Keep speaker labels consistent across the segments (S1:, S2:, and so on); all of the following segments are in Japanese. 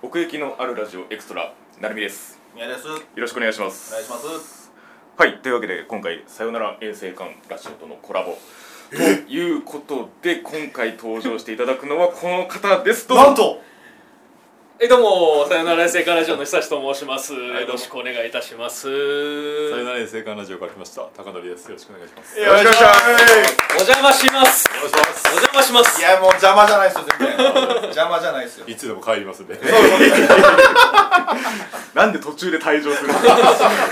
S1: 奥行きのあるラジオエクストラなるみです
S2: 宮です。お願い
S1: よろしくお願いします
S2: します。
S1: はいというわけで今回「さよなら衛生館ラジオ」とのコラボということで今回登場していただくのはこの方ですどうぞ
S2: なんと、
S3: えどうもさよなら聖火ラジオの久志と申します、
S1: い
S3: よろしくお願いいたします
S4: さよ
S3: お
S4: ならに生還ラジオから来ました高典ですよろしくお願いします
S2: よ
S1: よろしくお願いします
S3: 邪魔します
S4: お願いしま
S3: お邪魔します
S2: いや、もう邪魔じゃないですよ、全然。邪魔じゃないですよ。
S4: いつでも帰りますんで
S1: なんで途中で退場するの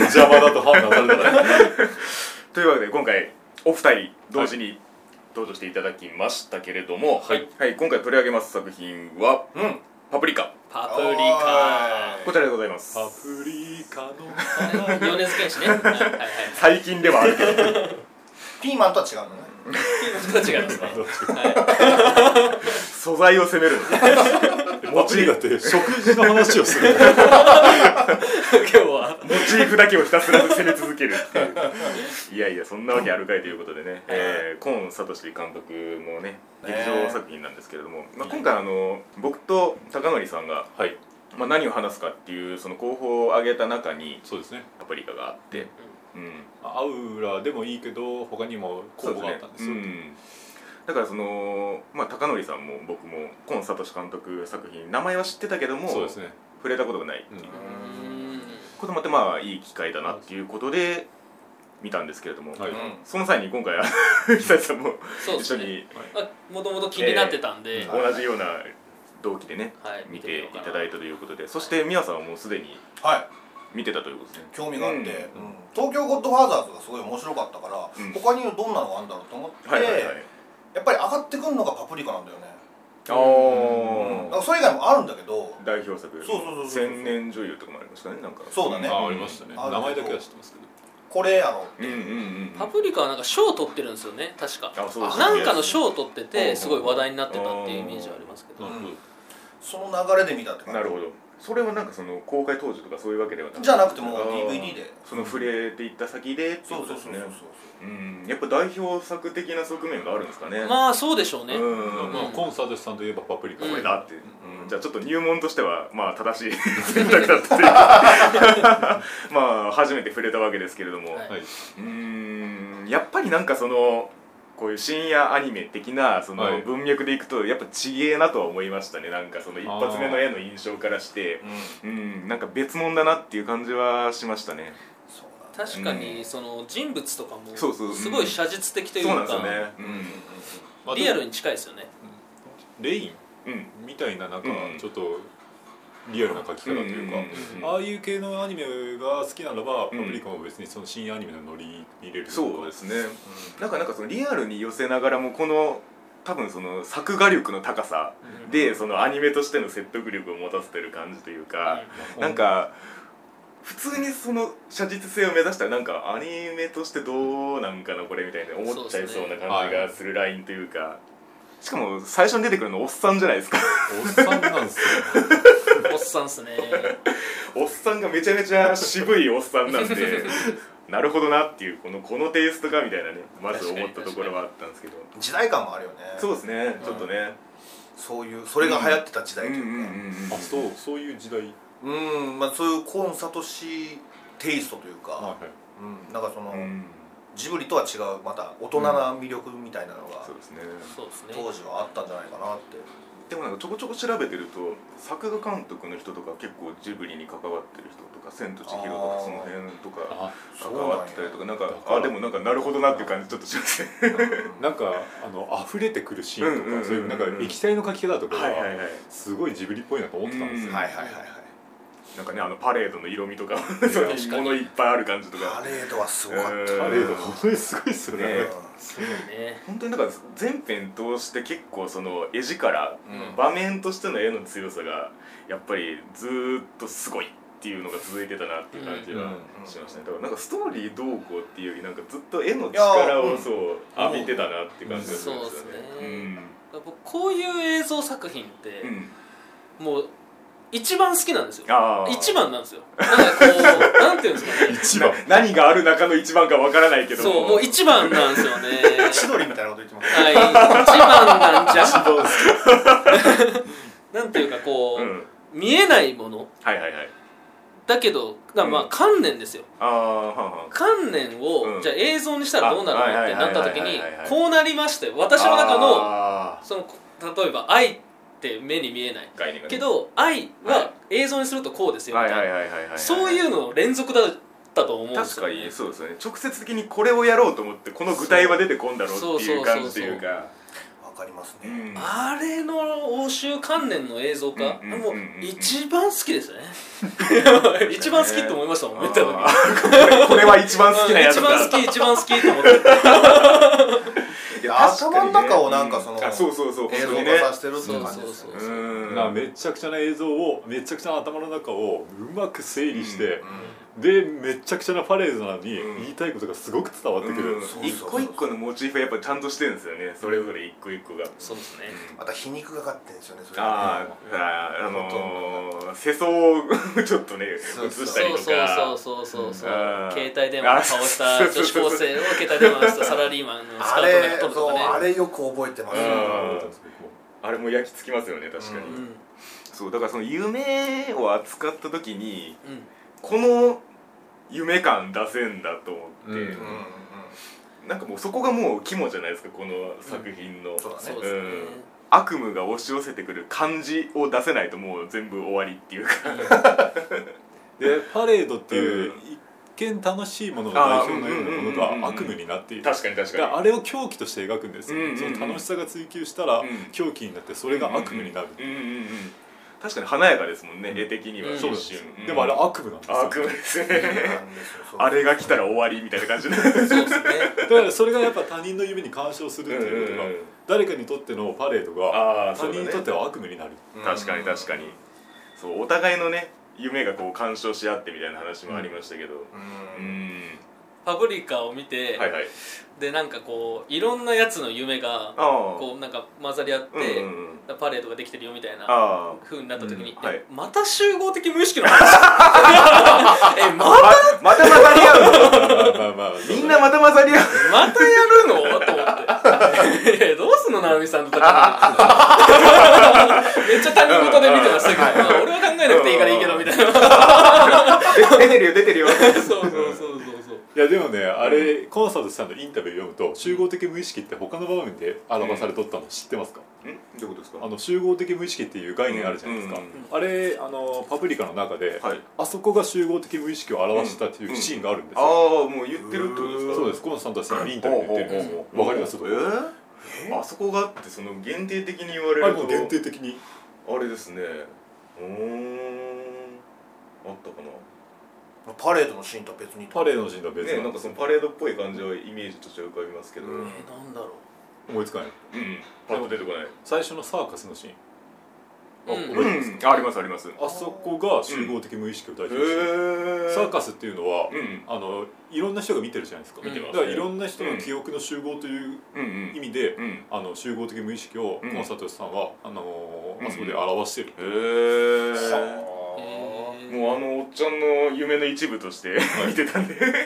S4: 邪魔だと判断されたら
S1: というわけで今回お二人同時に登場していただきましたけれども
S3: はい、
S1: はい、今回取り上げます作品は
S2: うん。
S1: 「パプリカ
S3: パプリカ
S1: こちらでございます
S4: パプリカの
S3: 米津玄師ねはいはいはい
S1: 最近ではあるけど
S2: ピーマンとは違うのね。
S3: 違いますね
S1: 素材を責める
S4: パプリカって食事の話をする
S3: 今日は
S1: モチーフだけをひたすら攻め続けるっていういやいやそんなわけあるかいということでね、えー、コーン聡監督のね劇場作品なんですけれども、まあ、今回あの僕と高典さんが、
S4: はい
S1: まあ、何を話すかっていうその候補を挙げた中に
S4: そうですね
S1: パプリカがあって、うん、
S4: アウラでもいいけど他にも
S1: そ
S4: 候
S1: う
S4: 補があったんです
S1: ね
S4: よ
S1: うん、だからその、まあ、高典さんも僕もコーン聡監督作品名前は知ってたけども
S4: そうですね
S1: 触れたことがないっていう、
S4: うん
S1: こともあってまあいい機会だなっていうことで見たんですけれども、
S4: はい
S2: うん
S1: その際に今回久石さんも
S3: そうで
S1: 一緒
S3: す
S1: に、
S3: ねもともと気になってたんで、
S2: えー
S1: 同じような同期でね、
S3: はい
S1: 見てい
S3: みよう
S1: た
S3: かな
S1: だいたということでそして美和さんはもうすでに
S2: はい。
S1: 見てたということですね
S2: 興味があって、
S1: うん
S2: うん東京ゴッドファーザーズがすごい面白かったから、
S1: うん
S2: 他にどんなのがあるんだろうと思って、
S1: はいはいはい
S2: やっぱり上がってくるのがパプリカなんだよね。
S1: あ
S2: うん
S1: ー
S2: だからそれ以外もあるんだけど、
S1: 代表作
S2: そうそうそうそう
S1: 千年女優とかもありましたねなんか
S2: そうだね
S4: あありましたね
S2: あ
S4: 名前だけは知ってますけど
S2: これあの、
S1: うんうんうん
S3: パプリカはなんか賞を取ってるんですよね確か
S1: あそうですね
S3: なんかの賞を取って
S1: うんうん
S3: てすごい話題になってたっていうイメージはありますけど、
S2: ん
S4: なるほど
S2: その流れで見たって感じ。
S1: なるほどそれはなんかその公開当時とかそういうわけではなく
S2: じゃなくてもう
S1: あー
S2: DVD で
S1: その触れていった先でってい
S2: そう
S1: こ
S2: そ
S1: と
S2: う
S1: です
S2: そう
S1: ね
S2: そう。
S1: うんやっぱ代表作的な側面があるんですかね
S3: まあそうでしょうね、
S1: うん
S4: まあコーンサドシさんといえばパプリカ
S3: うん
S1: これだって、
S2: ん
S1: うんじゃあちょっと入門としてはまあ正しい 選択だっ たっていうまあ初めて触れたわけですけれども、
S3: はいう
S4: はい、
S1: うーんやっぱりなんかそのこういう深夜アニメ的なそ
S4: は
S1: の
S4: い
S1: 文脈でいくとやっぱちげえなとは思いましたねなんかその一発目の絵の印象からして
S2: うん
S1: うんなんか別物だなっていう感じはしましたね
S2: そうなんだ
S3: 確かに
S1: うん
S3: その人物とかも
S1: そうそううん
S3: すごい写実的という
S1: そうなん
S3: か
S1: ですよね
S4: まあでも
S3: リアルに近いですよね
S4: レイン
S1: うんうん
S4: みたいななんか
S1: うん
S4: ちょっとリアルな書き方というか、
S1: うんうんうんうん
S4: ああいう系のアニメが好きならば、
S1: うん
S4: パプリカも別にその新アニメのノリに入れるとか
S1: そうですねなんかなんかそのリアルに寄せながらもこの多分その作画力の高さでそのアニメとしての説得力を持たせてる感じというか、なんか普通にその写実性を目指したらなんかアニメとしてどうなんかなこれみたいな思っちゃいそうな感じがするラインというかしかも最初に出てくるのおっさんじゃない ですか
S4: おっさんなんですよ
S3: おっさんっす ね
S1: おっさんがめちゃめちゃ渋いおっさんなんで なるほどなっていうこのこのテイストかみたいなねまず思ったところはあったんですけど
S2: 時代感もあるよね
S1: そうですねちょっとね、
S2: そういうそれが流行ってた時代というか、
S4: あそうそういう時代、はい
S2: うんまあそういうコーンサトシテイストというか、
S4: はい、
S2: うん、なんかその、
S1: うん
S2: ジブリとは違うまた大人な魅力みたいなのが、
S1: そうですね
S3: そうですね
S2: 当時はあったんじゃないかなって
S1: でもなんかちょこちょこ調べてると作画監督の人とか結構ジブリに関わってる人とか「千と千尋」と
S2: あ
S1: か
S2: ー
S1: その辺とか
S4: あ
S1: 関わってたりとかなんか
S4: だから
S1: あでもなんかなるほどなっていう感じちょっとしますね
S4: なんかあの溢れてくるシーンとか、
S1: うんうんうんうん
S4: そういうなんか液体の書き方とか
S1: はいはい
S4: は
S1: はい
S4: すごいジブリっぽいなと思ってたんですよ、
S1: うん
S2: はいはいはいはい
S1: なんかねあのパレードの色味とかそう
S3: 確かに
S1: 物いっぱいある感じとか
S2: パレードはすごかった、
S1: う
S2: うんん
S4: パレード本当にすごいっすよね
S1: ね
S3: すごいね
S1: 本当にだから全編通して結構その絵力
S2: うん
S1: 場面としての絵の強さがやっぱりずーっとすごいっていうのが続いてたなっていう感じはしましたねだからなんかストーリーどうこうっていうよりなんかずっと絵の力
S2: いやーう
S1: を
S2: ん
S1: そう浴びてたなって感じがしま
S3: そうで
S1: し
S3: す
S1: た
S3: ね
S1: ね、
S3: 僕こういう映像作品って
S1: うん、うん、
S3: もう一番好きなんですよ
S1: ああ
S3: 一番なんですよなんかこうなんていうんですかね
S4: 一番
S1: 何がある中の一番かわからないけど
S3: そうもう一番なんですよね
S2: 千鳥みたいなこと言ってますね
S3: はい一番なんじゃ
S4: 一番好 き
S3: なんていうかこう、
S1: うん
S3: 見えないもの
S1: はいはいはい
S3: だけどだからま
S1: う
S3: あ
S1: ん
S3: 観念ですよ
S1: ああはんはん
S3: 観念を、
S1: うん
S3: じゃあ映像にしたらどうなるの
S1: あはい
S3: ってなった時
S1: はい
S3: に
S1: はいはいはい
S3: こうなりまして私の中の
S4: あ
S3: その例えば愛って目に見えない
S1: 概念がね
S3: けど愛は映像にするとこうですよみ
S1: は
S3: た
S1: い
S3: いな、
S1: はいはいはいはい
S3: そういうのの連続だったと思うんです
S1: 確
S3: よ、
S1: か
S3: ね、
S1: にそうですよね直接的にこれをやろうと思ってこの具体は出てこんだろうっていう感じというか
S2: わかります
S1: う
S2: ね
S1: ん
S3: あれの欧州関連の映像化、
S1: うんうんうん
S3: もう
S1: うん
S3: 一番好きですね 一番好きって思いましたもん見た時
S1: あーこれは一番好きなやつ
S3: 一
S1: だ
S3: 番好き一番好きと思って
S1: いや確かに
S2: 頭の
S1: ね
S2: 中をなんかその
S1: うんあそうそうそう本
S2: 映
S1: 当
S2: 像
S1: にね
S2: 化させてるっていう感じです
S3: そうそう
S2: ね
S3: そう
S1: うん
S4: あめちゃくちゃな映像をめちゃくちゃな頭の中をうまく整理して
S2: う、
S4: でめちゃくちゃなパレードなのに
S1: うん
S4: 言いたいことがすごく伝わってくる、
S1: うん
S2: そうそうそう
S1: 一個一個のモチーフはやっぱちゃんとしてるんですよねそれぞれ一個一個が
S3: そうですね
S2: んまた皮肉がかってんですよねそれ
S1: あ
S2: ね
S1: ーあーあのー世相をちょっとね
S2: そう
S1: 映
S2: そう
S1: したり
S3: そう
S1: と
S3: そうそ
S1: か
S3: うそうそうそう
S1: うん
S3: 携帯電話を倒した
S1: あ
S3: 女子高生を携帯電話したサラリーマンのスカ
S2: あ
S3: ートなんか
S2: れ
S3: 撮ると
S2: そう
S3: か
S2: あ
S3: ね
S2: れよく覚えてます
S1: う
S2: ね
S1: んあれも焼き付きますよね確かに、
S2: う
S3: うん
S1: そうだからその夢を扱った時に
S3: うん
S1: この夢感出せんだと思って、
S4: うん
S2: うんうん
S1: なんかもうそこがもう肝じゃないですかこの作品の、
S2: そうだね
S3: そうですね
S1: ん悪夢が押し寄せてくる感じを出せないともう全部終わりっていうか
S4: でパレードっていう
S1: うん
S4: 一見楽しいものの代表のようなもの
S1: あうんうんうんうんうん
S4: が悪夢になっている
S1: 確かに確
S4: だから
S1: か
S4: あれを狂気として描くんですよ、
S1: うんうんうん
S4: その楽しさが追求したら、
S1: うん
S4: 狂気になってそ
S1: に
S4: れが悪夢になる、
S1: うんうんうんうん確かに華やかですもんね、
S4: うん
S1: 絵的には
S3: うん
S1: 一
S4: そう
S1: 瞬、
S4: です、
S1: うん
S4: でもあれ悪夢なんですよ
S1: 悪夢ですね
S2: なんですよそう
S1: あれが来たら終わりみたいな感じでう
S3: そうですね
S4: だからそれがやっぱ他人の夢に干渉するっ
S1: んう
S4: て
S1: ん
S4: いうことが、
S1: うん
S4: 誰かにとってのパレードが
S1: ああ
S4: 他
S1: そう
S4: 人に
S1: だ
S4: と
S1: ね
S4: っては悪夢になる
S2: うん
S1: 確かに確かにそうお互いのね夢がこう干渉し合ってみたいな話もありましたけど
S2: う
S1: うんん
S3: パブリカを見て、
S1: はいはい
S3: でなんかこういろんなやつの夢が
S1: ああ
S3: こうなんか混ざり合って、
S1: うんうんうん
S3: パレードができてるよみたいな
S1: あ
S3: ふうになった時に、
S1: うんはい
S3: えまた集合的無意識の話
S1: あ
S3: えまま
S1: また混ざり合うの
S4: まあまあまあ
S1: みんなまた混ざり合う
S3: たやるのと思って いやどうすんの成美さんとか めっちゃ他人事で見てましたけど、まあ、俺は考えなくていいからいいけどみたいな
S1: 出てるよ出 てるよ
S3: そうそうそうそうそう
S4: いやでもねあれ、コンサートさんのインタビュー読むと集合的無意識って他の場面で表されとったの知ってますか、
S1: どういうことですか
S4: あの集合的無意識っていう概念あるじゃないですか、
S1: うんうん
S4: あれあのパプリカの中で、
S1: はい
S4: あそこが集合的無意識を表したっていうシーンがあるんです
S1: ああ
S4: よ、
S1: もう言ってるってことですか
S4: そうですコンサートさんのインタビューで言ってるんですよわかります
S1: えーあそこがってその限定的に言われ
S4: あ
S1: る
S4: れも
S1: と
S4: う限定的に
S1: あれですねうーんあったかな
S2: パレードのシーンとは別に
S4: パレードのシーンとは別
S1: ね
S4: な
S1: なんんか
S4: です
S1: そ
S4: よ
S1: のパレードっぽい感じはイメージとして浮かびますけどう
S2: うん
S1: ん
S3: えなんだろ
S4: 思いつかない
S1: パッと出てこない
S4: 最初のサーカスのシーンあ
S3: うん
S4: 覚えてます
S1: ありますありますへ
S4: あそこが集合的無意識を代表してる、
S1: え
S4: サーカスっていうのは、
S1: うん
S4: あのいろんな人が見てるじゃないですか、
S3: 見て
S1: ね
S3: ます
S4: だからいろんな人の記憶の集合という
S1: うんうん
S4: 意味で、
S1: うん
S4: あの集合的無意識を
S1: うん
S4: コンサートさんは、あのー
S1: うん
S4: あそこで表してる、
S1: へえ
S3: う、
S2: は
S3: えー
S1: もうあのおっちゃんの夢の一部として見てたんで
S3: う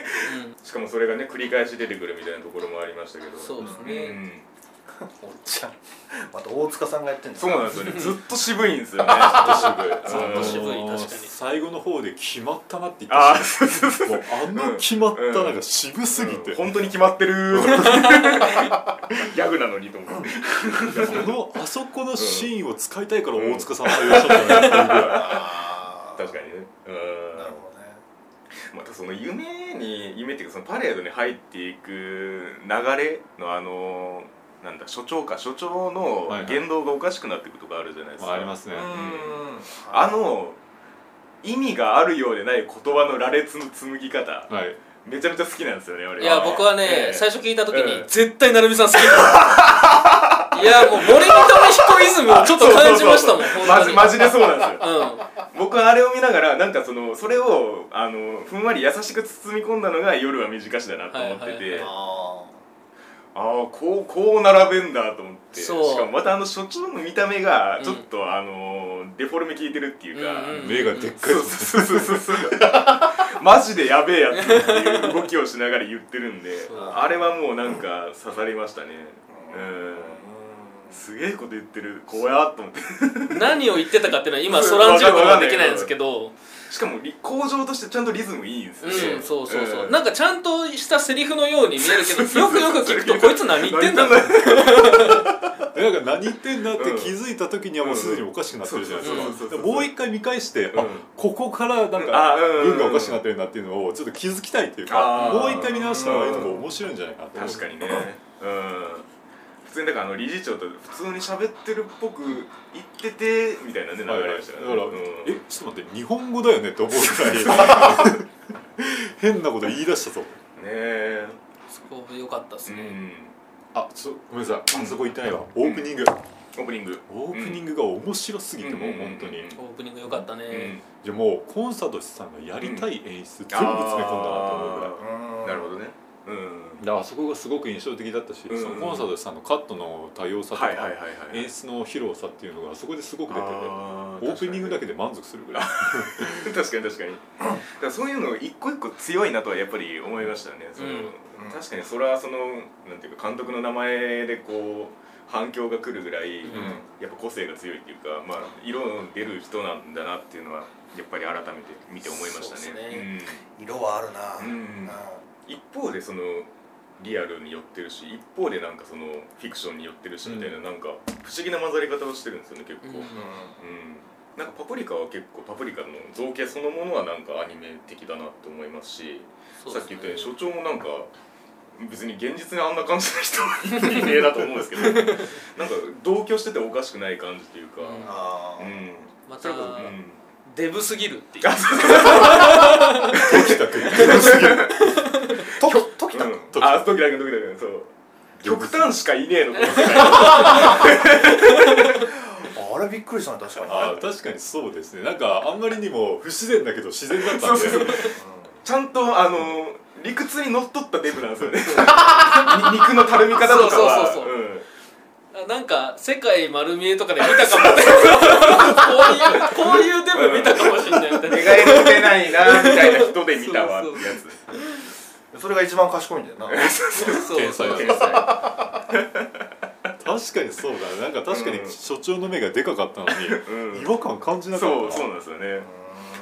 S1: しかもそれがね繰り返し出てくるみたいなところもありましたけど
S3: ん、そうです
S1: う
S3: ね、
S1: ん
S2: あおっちゃんまた大塚さんがやってんだ
S1: そうなんですよねずっと渋いんですよね
S4: ずっ
S1: と渋い
S4: と
S3: 渋い
S4: あの
S3: 確
S4: ー
S3: かに
S4: 最後の方で決まったなって言
S1: あ
S4: っ
S1: あそうそう
S4: てもうあの決まったなが渋すぎて、
S1: 本当に決まってるギャグなのにと思って
S4: あのあそこのシーンを使いたいから大塚さん対応したんじゃないかっていうぐらい
S2: あー
S1: 確かにねうん
S2: なるほどね
S1: またその夢に夢っていうかそのパレードに入っていく流れのあのなんだ所長か所長の
S4: はいはい
S1: 言動がおかしくなっていくとかあるじゃないですか、
S4: す
S2: うん
S1: あの意味があるようでない言葉の羅列の紡ぎ方
S4: はい
S1: めちゃめちゃ好きなんですよね俺
S3: いや僕はね、
S1: ええ
S3: 最初聞いた時に、
S1: ええ
S3: 絶対成美さん好きだいやもう森認め彦イズム をちょっと感じましたもん
S1: そうそうそう
S3: 本
S1: マ
S3: 当
S1: ジ
S3: に
S1: マジでそうなんですよ
S3: うん
S1: 僕はあれを見ながらなんかそのそれをあのふんわり優しく包み込んだのが「夜は短し」だなと思ってて、
S3: はいはいは
S2: あ
S1: ああこうこう並べんだと思ってしか
S3: そう
S1: もまたあの所長の見た目が
S3: うん
S1: ちょっと、あのデフォルメ効いてるっていうか、
S3: うんうん
S4: 目がでっかい
S1: そうそうそうそうそうマジでやべえやつっていう動きをしながら言ってるんで
S3: そう
S1: あれはもうなんか刺さりましたね
S2: ー
S1: うん
S2: うん
S1: すげえこと言ってる怖やと思って
S3: 何を言ってたかっていうのは今そらんじることはできないんですけど
S1: しかもリ工場としてちゃんとリズムいいんです
S3: う
S1: よ
S3: ん
S1: ね、
S3: そうそうそう、
S1: ん
S3: なんかちゃんとしたセリフのように見えるけど
S1: そう
S3: よくよく聞くとこいつ何言ってんだろう
S4: なんか何言ってんだって気づいた時にはもうすでにおかしくなってるじゃない
S1: うん
S4: で
S1: うんそ
S4: す
S1: うそうそう
S4: か
S1: そう
S4: もう一回見返して、
S1: うん
S4: あここからなん
S1: あ
S4: か
S1: うんうんうん
S4: 文がおかしくなってるなっていうのをちょっと気づきたいっていうか
S1: あー
S4: もう一回見直したらああいうとこ面白いんじゃないかなと思う
S1: 確かにねうん普通にだからあの理事長と普通に喋ってるっぽく言っててみたいなね流
S4: はいはい
S1: れ
S4: だ
S1: でし
S4: か
S1: た
S4: ら、
S1: よね、うん
S4: えちょっと待って日本語だよねって思うくらい変なこと言い出したぞ
S1: ねえ
S3: そこ良かったです
S1: う
S3: ね、
S1: ん
S4: あちょごめんなさいあそこ行ってないわオープニング、
S1: オープニング
S4: オープニングが面白すぎてもう
S1: うん
S4: 本当に、
S1: うん
S3: オープニング良かったね、
S1: うん
S4: じゃあもうコンサートさんがやりたい演出全部詰め込んだなと思うぐらい
S1: なるほどねうん
S4: だからあそこがすごく印象的だったし、
S1: うん
S4: そのコンサートさんのカットの多様さとか、
S1: はいはいはいはい
S4: 演出の広さっていうのがあそこですごく出てて
S1: あ
S4: オープニングだけ
S1: で
S4: で満足するぐらい
S1: 確かに確かにだからそういうのが一個一個強いなとはやっぱり思いましたよねその、
S2: ん
S1: 確かにそれはそのなんていうか監督の名前でこう反響が来るぐらい、
S3: うん
S1: やっぱ個性が強いっていうか、まあ、色の出る人なんだなっていうのはやっぱり改めて見て思いました
S3: そう
S1: ね
S3: ですね
S2: 色はあるな
S1: うんうん一方でそのリアルに寄ってるし一方でなんかそのフィクションに寄ってるしみたいな、なんか不思議な混ざり方をしてるんですよね結構、
S3: うん
S1: うん、なんかパプリカは結構パプリカの造形そのものはなんかアニメ的だなと思いますし
S3: そう
S1: さ
S3: で
S1: っき
S3: すね
S1: 言ったように所長もなんか別に現実にあんな感じの人はいねえなと思うんですけど なんか同居してておかしくない感じというか、
S3: うん
S2: あ
S1: うん
S3: ま
S1: それ
S3: た
S1: こそ、うん、
S3: デブすぎるっていう
S4: 時田君すげえ
S2: と時田
S1: うん
S2: 君
S1: あ時だけ時だけそう極端しかいね えのこの世界
S2: あれびっくりしたね確かに
S4: あー確かにそうですねなんかあんまりにも不自然だけど自然だったんで
S1: そうそうちゃんとあの理屈にのっとったデブなんです よねに肉のたるみ方とかは
S3: そうそうそうそうんあなんか世界丸見えとかで見たか もねこういうこういうデブ見たかもしんないみたいな
S1: 寝返り打てないなみたいな人で見たわってやつ
S2: それが一番賢いんだよな
S3: そう
S4: 天才だ
S3: 天才
S4: 確かにそうだねなんか確か
S1: うん
S4: に所長の目がでかかったの
S1: う
S4: に
S1: ん
S4: 違和感感じなかった
S1: そう
S4: な
S1: そうなんですよね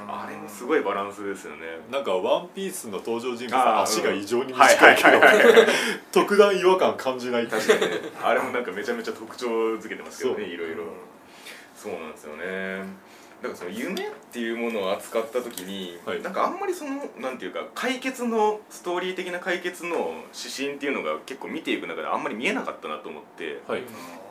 S1: あれもすごいバランスですよね
S4: なんか「ワンピースの登場人物
S1: あー
S4: は足が異常に
S1: はい
S4: 短
S1: はい
S4: いけ
S1: はい
S4: ど
S1: はい
S4: 特段違和感感じないっていう
S1: 確かにねあれもなんかめちゃめちゃ特徴づけてますけどね
S4: そう
S1: いろいろそうなんですよねだからその夢っていうものを扱った時に、
S4: はい
S1: なんかあんまりそのなんていうか解決のストーリー的な解決の指針っていうのが結構見ていく中であんまり見えなかったなと思って、
S4: はい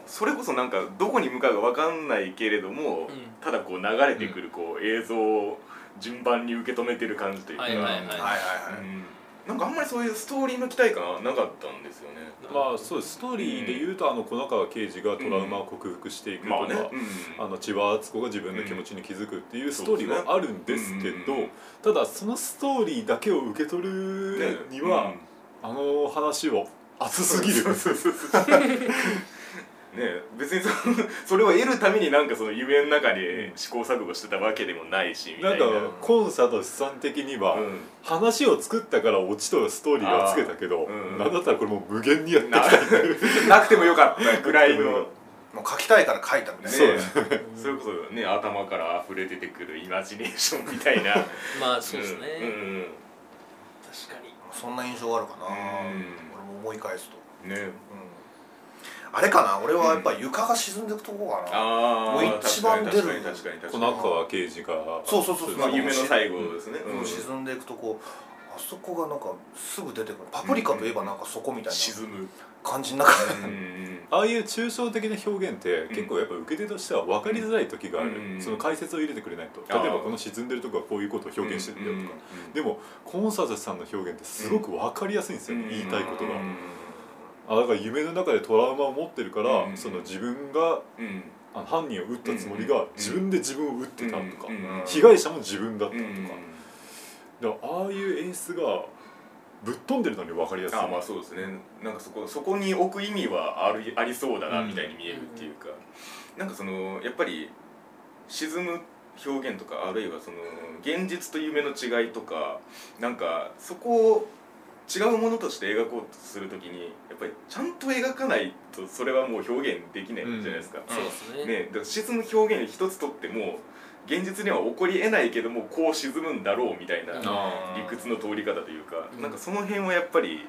S1: それこそなんかどこに向かうか分かんないけれども、
S3: うん
S1: ただこう流れてくるこう映像を順番に受け止めてる感じというか、
S3: はいはいはい
S2: はいはいはい
S1: うんなんかあんまりそういうストーリーの期待感はなかったんですよね。
S4: まあそうですストーリーで言うと、あの小中刑事がトラウマを克服していくとか、
S1: まあね、
S4: あの千葉敦子が自分の気持ちに気づくっていうストーリー
S1: そうです
S4: は
S1: ね
S4: あるんですけど、
S1: うんうんうん
S4: ただそのストーリーだけを受け取
S1: うん
S4: る
S1: ね
S4: には、
S1: うん
S4: あの話を熱すぎる
S1: そうそうそうそうね別にその それを得るためになんかその夢の中で試行錯誤してたわけでもないしみ
S4: な
S1: た
S4: ん
S1: い
S4: か
S1: な
S4: コンサート資産的には、
S1: うん
S4: 話を作ったからオチとストーリーはつけたけど、
S1: あーうん
S4: なんだったらこれもう無限にやってきた
S1: ななくてもよかったぐらいの。
S2: もう書きたいから書いたみたい
S1: そう
S2: な
S1: ねそれこそね頭から溢れ出てくるイマジネーションみたいな
S3: まあそうですね、
S1: うんうん
S3: 確かに
S2: そんな印象があるかな
S1: うん
S2: 俺も思い返すと
S1: うんね
S2: うんあれかな俺はやっぱ床が沈んでいくとこかな
S1: あ
S2: もう一番出る
S1: 確かに確かに確
S4: 小
S1: かに
S4: 中は刑事が
S2: そうそうそうそう
S1: まあ夢の最後ですね
S2: うん沈んでいくとこあそこがなんかすぐ出てくるパプリカといえばなんかそこみたいな
S1: 沈む
S2: 感じの中
S1: うん
S4: ああいう抽象的な表現って結構やっぱ受け手としては分かりづらい時がある、
S1: うん
S4: その解説を入れてくれないと
S1: あー
S4: 例えばこの沈んでるとこはこういうことを表現してるんだよとか、でもコンサートさんの表現ってすごく分かりやすいんですよ、ね言いたいことが、
S1: うん
S4: あだから夢の中でトラウマを持ってるから、
S1: うん
S4: その自分が
S1: うん
S4: あの犯人を撃ったつもり
S1: う
S4: が
S1: ん
S4: 自分で自分を撃ってたとか、
S1: うん
S2: うん
S4: 被害者も自分だった
S1: う
S4: とか、
S1: ん
S4: だからああいう演出がぶっ飛んでるのに分かりやすい
S1: あまあそうですねなんかそこそこに置く意味はあるありそうだなみたいに見えるっていうか、なんかそのやっぱり沈む表現とかあるいはその現実と夢の違いとかなんかそこを違うものとして描こうとするときにやっぱりちゃんと描かないとそれはもう表現できないじゃないですか、
S3: そうですね
S1: ね、だから沈む表現一つとっても現実には起こりえないけどもこう沈むんだろうみたいな
S3: あ
S1: 理屈の通り方というか、
S3: うん
S1: なんかその辺はやっぱり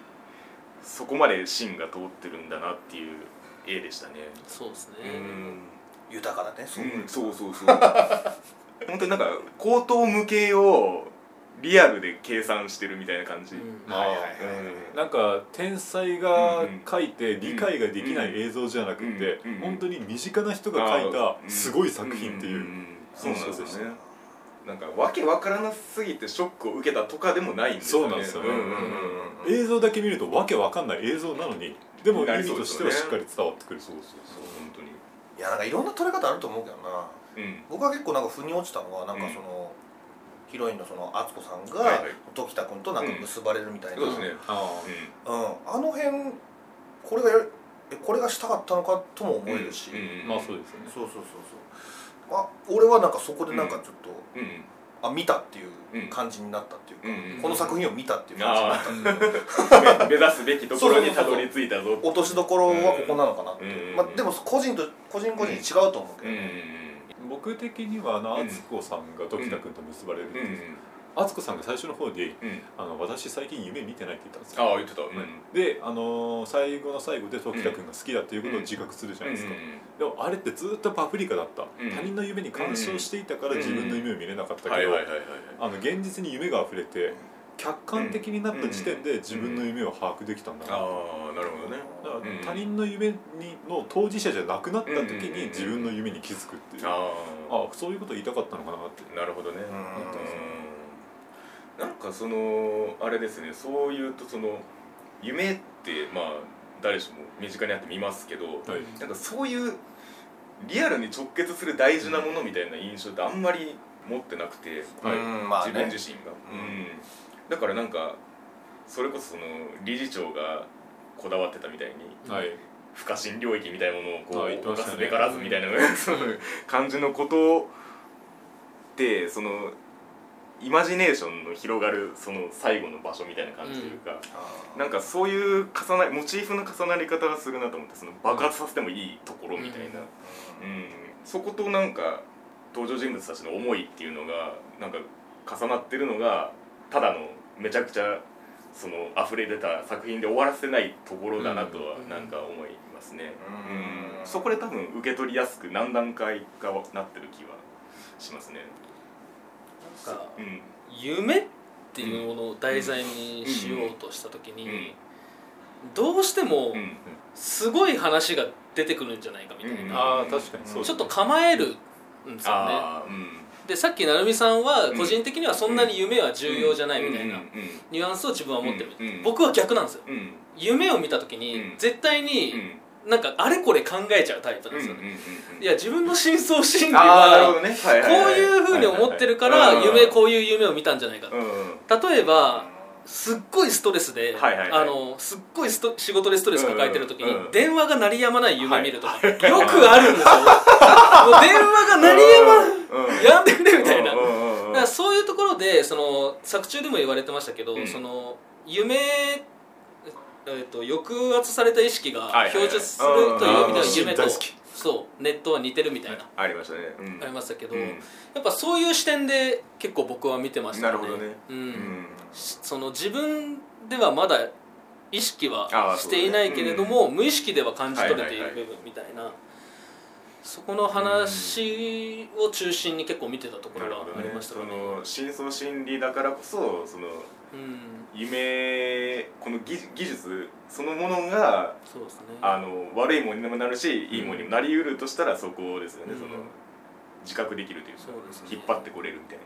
S1: そこまで芯が通ってるんだなっていう絵でしたね。
S3: そうですね、
S2: 豊かだねそう、
S1: うん、そうそう そう本当になんか高等無形をリアルで計算してるみたいな感じ、
S3: うん
S4: まあ
S2: はいはいはいはい
S4: なんか天才が書いて理解ができない映像じゃなくて、
S1: うんうん
S4: 本当に身近な人が書い
S1: あー
S4: たすごい作品ってい
S1: ん
S4: う、
S1: んんそうなん
S4: そうで
S1: です
S4: す
S1: よ
S4: ね
S1: ねなんかわけわからなすぎてショックを受けたとかでもないんですよね
S4: そうなんですよね
S1: うんうんうんうん
S4: 映像だけ見るとわけわかんない映像なのにでも意
S1: なり
S4: 味
S1: そう
S4: と
S1: で
S4: し
S1: す
S4: て
S1: よね
S4: はしっかり伝わってくる
S1: そうそうそう本当に
S2: いやなんかいろんな撮れ方あると思うけどな
S1: うん
S2: 僕は結構なんか腑に落ちたのはなんかその、ヒロインのその敦子さん
S1: はい
S2: が
S1: はい
S2: 時田君となんか結ばれるみたいな、
S1: そうですね
S4: あ
S2: うん、あの辺これがやるえこれがしたかったのかとも思えるし、
S1: うんうん
S4: ーまあそうですよね
S2: そうそうそうそうあ俺はなんかそこでなんかちょっと、
S1: うんうん
S2: あ見たっていう
S1: うん
S2: 感じになったっていうか、
S1: うんうん
S2: この作品を見たっていう感じになった、
S1: め目指すべきところにたどり着いたぞ
S2: 落としどころはここなのかなって、
S1: うん
S2: まあ、でも個人と個人個人に違うと思うけ
S1: うん
S2: ど、
S1: うん
S4: 僕的にはあの
S1: うん
S4: 敦子さんが時田君と結ばれるって
S1: うんう
S4: い
S1: ん
S4: う敦子さんが最初の方に
S1: うん
S4: 「あの私最近夢見てない」って言ったんです
S1: あ
S4: よ
S1: あ言ってたうんうん
S4: で、あのー最後の最後で時田君が好きだっていうことを自覚するじゃないですか、でもあれってずっとパプリカだった、
S1: うん
S4: 他人の夢に干渉していたから
S1: うん
S4: 自分の夢を見れなかったけど、
S1: はいはいはいはい
S4: あの現実に夢が溢れて客観的になった時点で自分の夢を把握できたんだな、
S1: ああなるほどね
S4: だ
S2: うん
S4: から他人の夢にの当事者じゃなくなった時
S1: うん
S4: に自分の夢に気づくっていう、あ
S1: ああ
S4: あそういうこと言いたかったのかなって
S1: なるほどね
S2: うん
S1: うんなんかそのあれですねそういうとその夢ってまあ誰しも身近にあって見ますけど、
S4: はい
S1: なんかそういうリアルに直結する大事なものみたいな印象ってあんまり持ってなくて、
S4: はい
S2: うんまあ
S1: 自分
S2: ね
S1: 自身が、
S2: うん
S1: うんだからなんかそれこそその理事長がこだわってたみたいに
S4: はい
S1: 不可侵領域みたいなものをこ
S4: あ言って
S1: う
S4: ま
S1: 犯
S4: したね
S1: すべからずみたいな、そういう感じの ことでそのイマジネーションの広がるその最後の場所みたいな感じというか、なんかそういう重なりモチーフの重なり方がするなと思ってその爆発させてもいいところみたいな、うんそことなんか登場人物たちの思いっていうのがなんか重なってるのがただのめちゃくちゃその溢れ出た作品で終わらせないところだなとは
S3: うん
S1: なんか思いますね、
S2: うん
S1: うんそこで多分受け取りやすく何段階かはなってる気はしますね。
S3: なんか
S1: うん
S3: 夢っていうものを題材にしようとした時に、
S1: うん
S3: どうしても
S1: うん
S3: すごい話が出てくるんじゃないかみたいな、
S4: ああ確かにそう
S3: ちょっと構えるんですよね
S1: あーうん
S3: でさっき成美さんは
S1: うん
S3: 個人的にはそんなに夢は重要じゃないみたいな
S1: うんうん
S3: ニュアンスを自分は持ってる、
S1: うんうん
S3: 僕は逆なんですよ
S1: うんうん
S3: 夢を見た時に
S1: うん
S3: 絶対
S1: う
S3: に
S1: ん
S3: なんかあれこれ考えちゃうタイプなんですよね、い
S1: いや
S3: や自分の深層心理
S1: ああなるほ
S3: は
S1: どね
S3: こういうふうに思ってるから
S1: はいはいはい
S3: 夢こういう夢を見たんじゃないか
S1: うんうん
S3: 例えばすっごいストレスで、
S1: はいはいはい
S3: あのすっごいスト仕事でストレス抱えてる時に、
S1: うんうん
S3: 電話が鳴りやまない夢見るとか、
S1: はい
S3: よくあるんですよもう電話が鳴りや
S1: うん
S3: まやんでくれみたいな
S1: うんうんうん
S3: だからそういうところでその作中でも言われてましたけど、
S1: うん
S3: その夢ええっと抑圧された意識が
S1: はいはいはい
S3: 表示するという意味では
S1: うん
S3: 夢と、
S4: 大好き
S3: そうネットは似てるみたいな、
S1: ありましたねうん
S3: ありましたけど、
S1: うん
S3: やっぱそういう視点で結構僕は見てました
S1: なるほどね
S3: う
S1: うんん
S3: その自分ではまだ意識は
S1: あー
S3: していないけれども、無意識では感じ取れてい
S1: はいはい
S3: る
S1: は
S3: 部分みたいな、そこの話を中心に結構見てたとこ
S1: な
S3: ろ
S1: る
S3: が
S1: ほど
S3: あり
S1: ね
S3: ました
S1: そ
S3: からね
S1: の深層心理だからこそその
S3: うん
S1: 夢この技技術そのものが
S3: そうですね
S1: あの悪いものにもなるしいいものにもなりうるとしたらそこですよね
S3: うん
S1: その自覚できるというか
S3: そうですね
S1: 引っ張ってこれるみたいな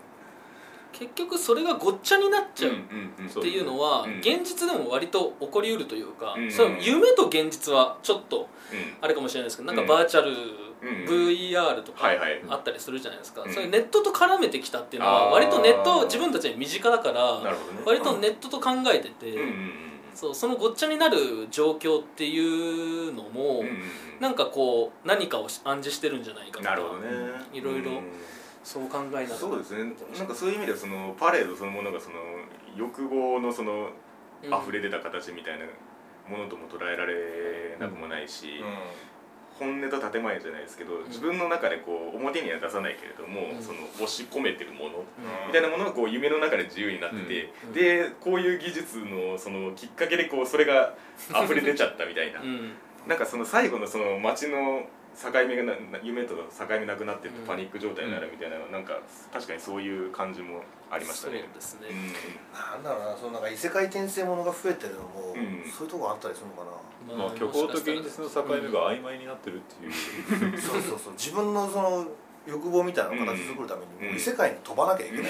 S3: 結局それがごっちゃになっちゃうっ
S1: んうん
S4: そう
S3: ていうのは、
S1: うん
S3: 現実でも割と起こりうるというか、
S1: うん
S3: その夢と現実はちょっとあれかもしれないですけどなんかバーチャル、
S1: ん
S3: VR とか
S1: はいはい
S3: あったりするじゃないですか、
S1: うん
S3: それネットと絡めてきたっていうの
S1: あ
S3: は
S1: ー
S3: 割とネット自分たちに身近だか
S1: うんな
S3: ら
S1: るほどね
S3: 割とネットと考えてて、
S1: うんうん
S3: そうそのごっちゃになる状況っていうのも、
S1: うんうん
S3: なんかこう何かを暗示してるんじゃないかとか
S1: なるほどね
S3: いろいろ
S1: うん
S3: そう考えながら
S1: そうですねなんかそういう意味ではそのパレードそのものがその欲望のその溢れ出た形みたいなものとも捉えられなくもないし、本音と建前じゃないですけど自分の中でこう表には出さないけれども、
S3: うん
S1: その押し込めてるもの
S2: うん
S1: みたいなものがこう夢の中で自由になってて、
S3: うん
S1: でこういう技術のそのきっかけでこうそれが溢れ出ちゃったみたいな
S3: うん
S1: なんかその最後のその街の境目がな夢との境目なくなってって
S3: うん
S1: パニック状態になるみたいな、なんか確かにそういう感じもありましたね
S3: そう。ですね、
S1: う
S2: なんだろうなそのなんか異世界転生ものが増えてるのも、
S1: うん
S2: そういうとこあったりするのかな
S4: まあ、虚構と現実の境目が曖昧になってるっていう、
S2: そうそうそう自分のその欲望みたいなのを形作るため
S1: うん
S2: にもう異世界に飛ばなきゃいけない、
S3: そ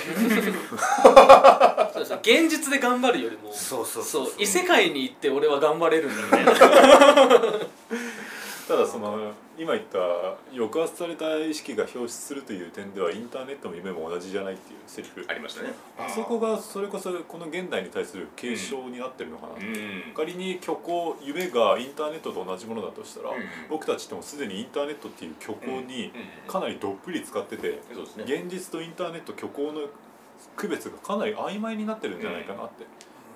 S3: うですね現実で頑張るよりも
S2: そうそう
S3: そ
S2: そうう
S3: 異世界に行って俺は頑張れるんだみたいな
S4: ただその今言った抑圧された意識が表出するという点ではインターネットも夢も同じじゃないっていうセリフ
S1: んありましたね。
S4: あそこがそれこそこの現代に対する警鐘になってるのかな、
S1: うん
S4: 仮に虚構夢がインターネットと同じものだとしたら、
S1: うん
S4: 僕たちってもうすでにインターネットっていう虚構にかなりどっぷり使ってて、
S1: そうですね
S4: 現実とインターネット虚構の区別がかなり曖昧になってるんじゃないかなって、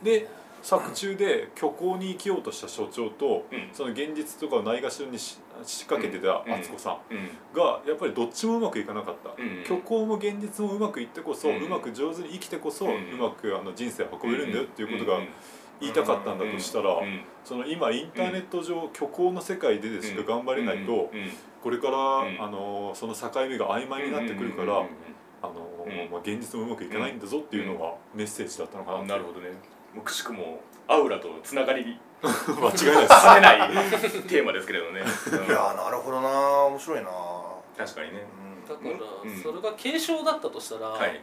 S4: で作中で虚構に生きようとした所長と、
S1: うん
S4: その現実とかをないがしろにし仕掛けてた
S1: うん
S4: 敦子さん
S1: うん
S4: がやっぱりどっちもうまくいかなかった、
S1: うん
S4: 虚構も現実もうまくいってこそ、
S1: う
S4: うんまく上手に生きてこそ、
S1: う
S4: うんまくあの人生を運べるんだよっていうことが
S1: ん
S4: 言いたかったんだとしたら、
S1: うんうん
S4: その今インターネット上、虚構の世界ででしか頑張れないと、
S1: うん
S4: これから、
S1: ん
S4: あのその境目が曖昧になってくるから、
S1: うんうんうんうん
S4: あの
S1: うん
S4: まあ、現実もうまくいかないんだぞっていうのがメッセージだったのかな、
S1: あなるほどねもうくしくもアウラとつながり
S4: ほど間違いないです
S1: されないテーマですけれどね、うん
S2: いやーなるほどな面白いな
S1: 確かにね
S3: だから、
S1: うん
S3: それが軽症だったとしたら、
S1: はい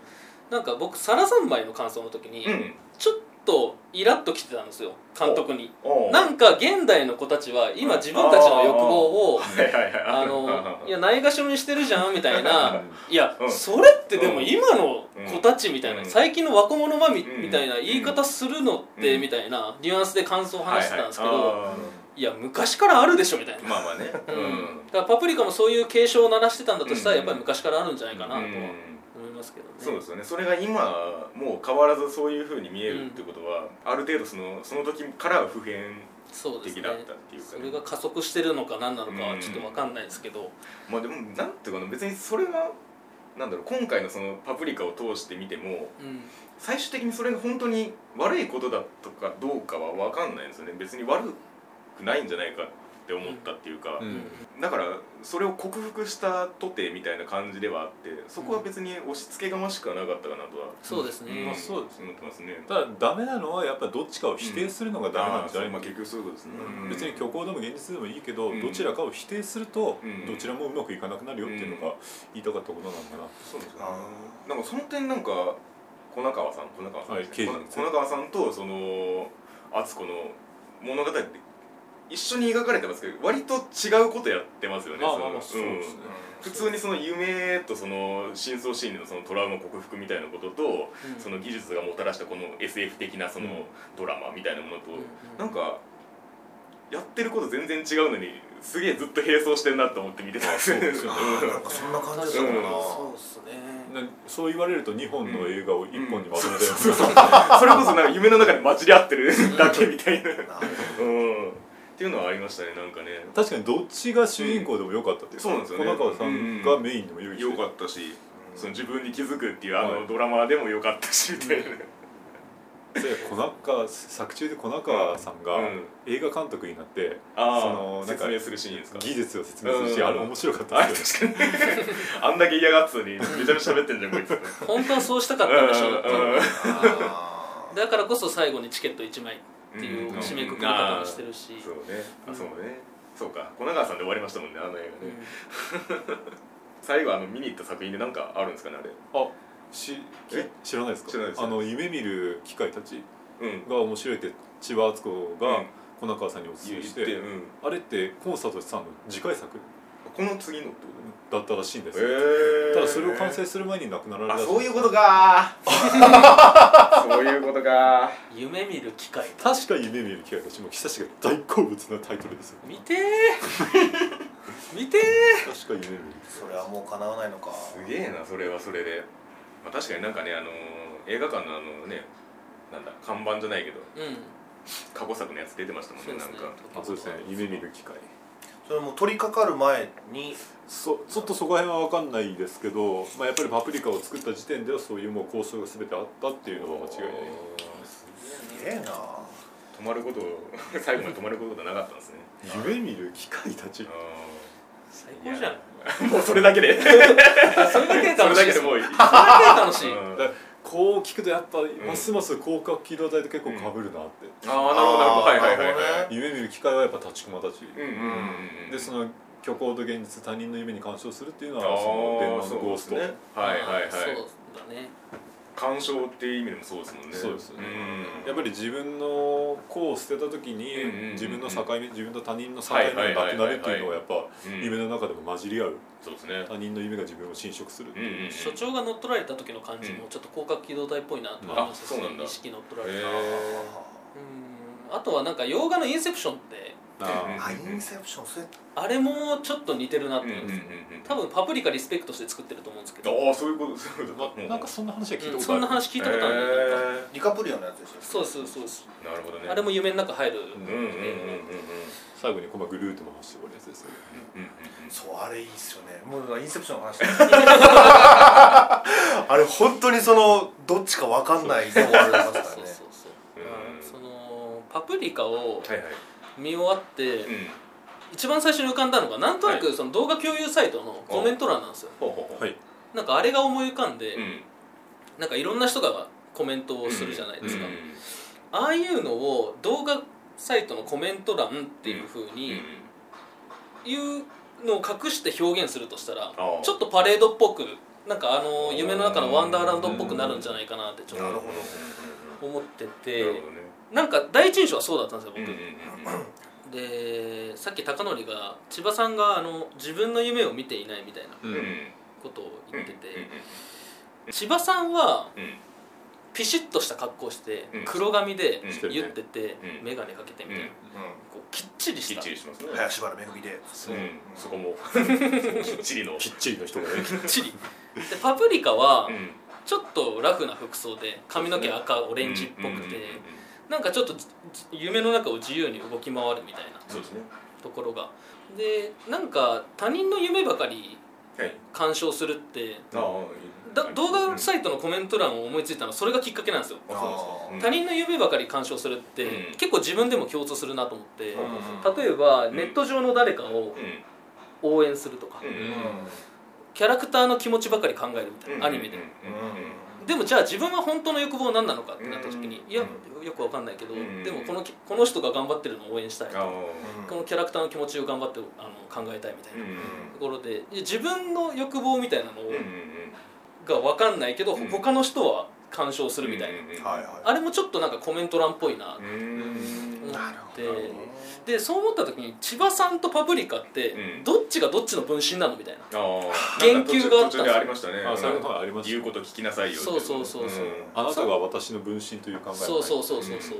S3: なんか僕サラ三昧の感想の時に、
S1: うん
S3: ちょっとイラッときてたんですよ監督に
S1: おう
S3: なんか現代の子たちは今自分たちの欲望を
S1: はいはいはい
S3: あのいやないがしろにしてるじゃんみたいな
S4: うん
S3: いや、
S1: うん
S3: それってでも今の子たちみたいな、
S1: うん
S3: 最近の若者まみ,、
S1: うん
S3: みたいな言い方するのって、
S1: うん
S3: みたいなニュアンスで感想を話してたんですけど、
S1: はい
S3: い
S1: はいあ
S3: や昔からあるでしょみたいな
S1: ーまあまあね
S3: うんだからパプリカもそういう警鐘を鳴らしてたんだとしたらやっぱり昔からあるんじゃないかなと
S1: う
S3: は
S1: ん
S3: 思いますけどね。
S1: そうですよねそれが今もう変わらずそういうふうに見えるってことは、ある程度そのその時から普遍
S3: そうです
S1: 的
S3: ね
S1: だったっていうか、
S3: そ
S1: ね
S3: れが加速してるのか何なのかはちょっとわかんないですけど、
S1: まあでもなんていうかな別にそれがなんだろう今回のそのパプリカを通してみても
S3: うん
S1: 最終的にそれが本当に悪いことだとかどうかは分かんないんですよね別に悪くないんじゃないかって思ったっていうか、
S4: うん
S1: だからそれを克服したとてみたいな感じではあってそこは別に押し付けがましくはなかったかなとは、
S3: そうですね、
S1: ん
S4: まあそうです
S1: 思ってますね
S4: ただダメなのはやっぱりどっちかを否定するのがダメなんじゃな
S1: あーそう
S4: い、
S1: まあ結局そういうことですね、
S2: うん
S4: 別に虚構でも現実でもいいけど、
S1: うん
S4: どちらかを否定すると、
S1: うん
S4: どちらもうまくいかなくなるよっていうの
S1: うん
S4: が言いたかったことなのかな、
S1: そうですね
S2: あ
S1: なんかその点なんか小中川さん小中川さんですね、
S4: はい刑事です
S1: 小
S4: ね
S1: 中川さんとその敦子の物語って一緒に描かれてますけど割と違うことやってますよね
S4: まあ
S1: そ
S4: まあ
S1: の
S4: まあそうですね、
S1: うん普通にその夢とその深層心理のそのトラウマ克服みたいなことと
S3: うん
S1: その技術がもたらしたこの SF 的なその
S4: うん
S1: ドラマみたいなものと
S3: うん
S1: なんかやってること全然違うのにすげえずっと並走してるなと思って見てたんですよね
S4: あそうですよね
S2: あーなんかそんな感じだったもんな、
S3: そうですね、
S4: なそう言われると2本の映画を1本にまとめたよ
S1: そうう
S4: な
S1: そうそれこそなんか夢の中で混じり合ってるだけみたいな、うん、っ
S2: なる
S1: ていうのはありましたねなんかね
S4: 確かにどっちが主人公でも良かったっていうか、
S1: うんそうなんですよね
S4: 小中さんがメインでも良いし、
S1: 良かったしその自分に気づくっていうあ
S4: は
S1: の
S4: い
S1: ドラマでも良かったしみたいな、
S4: それ小中作中で小中さんが
S1: うん
S4: 映画監督になって、
S1: ああ
S4: そのなんか
S1: 説明するシーンですか
S4: 技術を説明するし、
S1: うん
S4: あれ面白かった
S1: あ
S4: ですよね
S1: 確かに あんだけ嫌がってたのにめちゃめちゃ喋ってんじゃんこいつ
S3: 本当はそうしたかったんでしょうっていう
S2: ほどあー
S3: だからこそ最後にチケット1枚っていう締めくくり方もしてるし、
S1: そうねあそうねそうか小長さんで終わりましたもんねあの映画ね、最後あの見に行った作品で何かあるんですかねあれ
S4: あしき
S1: え
S4: 知らないですか
S1: 知らないです
S4: あの夢見る機械たち
S1: うん
S4: が面白いって千葉敦子
S1: う
S4: が
S1: ん
S4: 小中さんにおすす
S1: 言
S4: め
S1: っ
S4: して、
S1: て、うん、
S4: あれってコンサートさんの次回作
S1: この次のってこ
S4: だったらしいんです
S1: と
S4: よ、
S1: へ
S4: ただそれを完成する前に亡くなられた
S1: あ
S4: らし
S1: そういううことか そういうことか
S3: うん夢見る機会
S4: 確か夢見る機械たちも久しが大好物なタイトルですよ
S3: 見てー 見て
S4: 確か夢見る
S2: それはもう叶わないのか
S1: すげえなそれはそれで、まあ、確かになんかねあのー映画館のあのねなんだ看板じゃないけど
S3: ーうん
S1: 過去作のやつ出てましたもんねなんか
S4: あそうですね夢見る機会
S2: それも取り掛かる前に
S4: そちょっとそこら辺は分かんないですけど、まあ、やっぱり「パプリカ」を作った時点ではそういうもう交渉が全てあったっていうのは間違いない
S2: すげえな
S1: 止まること を最後まで止まることがなかったんですね
S4: 夢見る機会たち
S3: 最高じゃん
S1: あーもうそれだけ で
S3: それだけで
S1: それ
S3: 楽し
S1: だ
S3: い
S1: け
S3: で
S1: です
S3: もん
S1: もういい、
S3: それだけで楽しい
S1: うん
S4: だこう聞くとやっぱますます広角機動隊と結構かぶるなって、
S1: ああなるほどなるほどはいはいはい
S2: なる
S1: は
S2: ほ
S1: い
S4: 夢見る機会はやっぱ立ちこまたち、
S1: うんうんうんうん
S4: でその虚構と現実他人の夢に干渉するっていうの
S1: あ
S4: は
S1: ー
S4: その電話のゴース
S1: そ
S4: ト
S1: うですねはいはいはい
S3: そうだね
S1: 鑑賞っていう意味でもそうですもんね
S4: そうですよね
S1: や
S4: や
S1: っ
S4: っ
S1: ぱ
S4: ぱ
S1: り
S4: り自分の子を捨てた時に、
S1: うんうんうんうん
S4: 自分の境目自分と他人の境目がなくなるっていうのはやっぱ、夢の中でも混じり合う
S1: そうですね
S4: 他人の夢が自分を侵食するっていう、
S1: うんうん
S3: 所長が乗っ取られた時の感じもちょっと広角機動隊っぽいなと思いました
S1: うんあそうなんだ
S3: 意識乗っ取られた、
S1: へ
S3: うんあとはなんか洋画の「インセプション」って
S1: うん
S2: あインセプションそれ
S3: あれもちょっと似てるなと思います、多
S1: 分
S3: 分パプリカリスペクトして作ってると思うんですけど、
S1: ああそういうことそういうこと
S4: ななんかそんな話は聞いた
S3: うん
S4: こと
S3: そ
S4: ある、
S3: んな話聞いたことあるんだよ、なんか
S1: へ
S2: リカプリオのやつです
S3: そうそうそうです
S1: えなるほどね
S3: あれも夢の中入る、
S1: うんうんうんうんうん
S4: 最後にこのグルートの話して終わるやつですよね
S1: うんうん
S2: そうあれいいっすよねもうインセプションの話あれ本当にそのどっちか分かんないとこありますから
S3: そう
S2: ね
S3: そうそう
S1: うん
S3: そのパプリカを
S1: はいはい
S3: 見終わって、
S1: うん
S3: 一番最初に浮かんだのがなんとなくその動画共有サイトのコメント欄なんですよ、
S1: ほうほうほう
S4: はい
S3: なんかあれが思い浮かんで、
S1: うん
S3: なんかいろんな人がコメントをするじゃないですか、
S1: うんうん
S3: ああいうのを動画サイトのコメント欄っていうふう
S1: うんうん
S3: にいうのを隠して表現するとしたら
S1: ああ
S3: ちょっとパレードっぽくなんかあの夢の中のワンダーランドっぽくなるんじゃないかなってちょっ
S2: なるほ
S3: と思って
S1: なる
S3: て
S1: ほどね
S3: なんか第一印象はそうだったんですよ
S1: うん
S3: 僕、
S1: うんうんうん
S3: でさっき貴教が千葉さんがあの自分の夢を見ていないみたいな
S4: う
S1: うん
S3: ことを言ってて、
S1: う
S3: 千葉さんは
S1: んうん
S3: ピシッとした格好して
S1: うん
S3: 黒髪で
S1: うん
S4: してるね
S3: 言ってて
S1: うん
S3: 眼鏡かけてみたいな、
S1: うん
S2: う
S3: こうきっちり
S1: き
S3: し
S1: ったち
S3: きっ
S1: りしますね
S2: ん林原めぐみで
S1: うんそこもきっちりの
S4: きっちりの人がね
S3: ちり でパプリカは
S1: うん
S3: ちょっとラフな服装で髪の毛赤オレンジっぽくて
S1: うんうんうんうん
S3: なんかちょっとじ夢の中を自由に動き回るみたいな
S1: そうですね
S3: ところがでなんか他人の夢ばかり
S1: はい
S3: 鑑賞するって
S1: あ
S3: だ動画サイトのコメント欄を思いついたのはそれがきっかけなんですよ
S1: あそうなんです
S3: 他
S1: ね
S3: 人の夢ばかり鑑賞するって、
S1: うん
S3: 結構自分でも共通するなと思って、
S1: うん
S3: 例えば
S1: ん
S3: ネット上の誰かを応援するとか、
S1: うんうん
S3: キャラクターの気持ちばかり考えるみた
S1: う
S3: い
S1: ん
S3: な、アニメで、
S1: うん
S3: でもじゃあ自分は本当の欲望は何なのかってなった時に、
S1: うん
S3: いやよくわかんないけど、
S1: うん
S3: でもこのきこの人が頑張ってるのを応援したい、
S1: ああ
S3: このキャラクターの気持ちを頑張ってあの考えたいみたい
S1: うん
S3: な
S1: うん
S3: ところでいや自分の欲望みたいなの
S1: うんうん
S3: がわかんないけど、
S1: うん
S3: 他の人は鑑賞するみたいな、
S1: うん
S2: はいは
S3: あれもちょっとなんかコメント欄っぽいな
S1: う
S3: と
S1: ん
S3: 思って。
S1: なるほど
S3: でそう思った時に千葉さんとパプリカって
S1: うん
S3: どっちがどっちの分身なのみたいな、
S1: ああ
S3: 言及があったんですよ
S1: 途中でありましたね
S4: あそういうことがありま
S1: 言う
S4: し
S1: こと聞きなさいよってい
S3: そうそうそうそうん
S4: たあなたが私の分身という考えはない
S3: そうそうそうそうそう、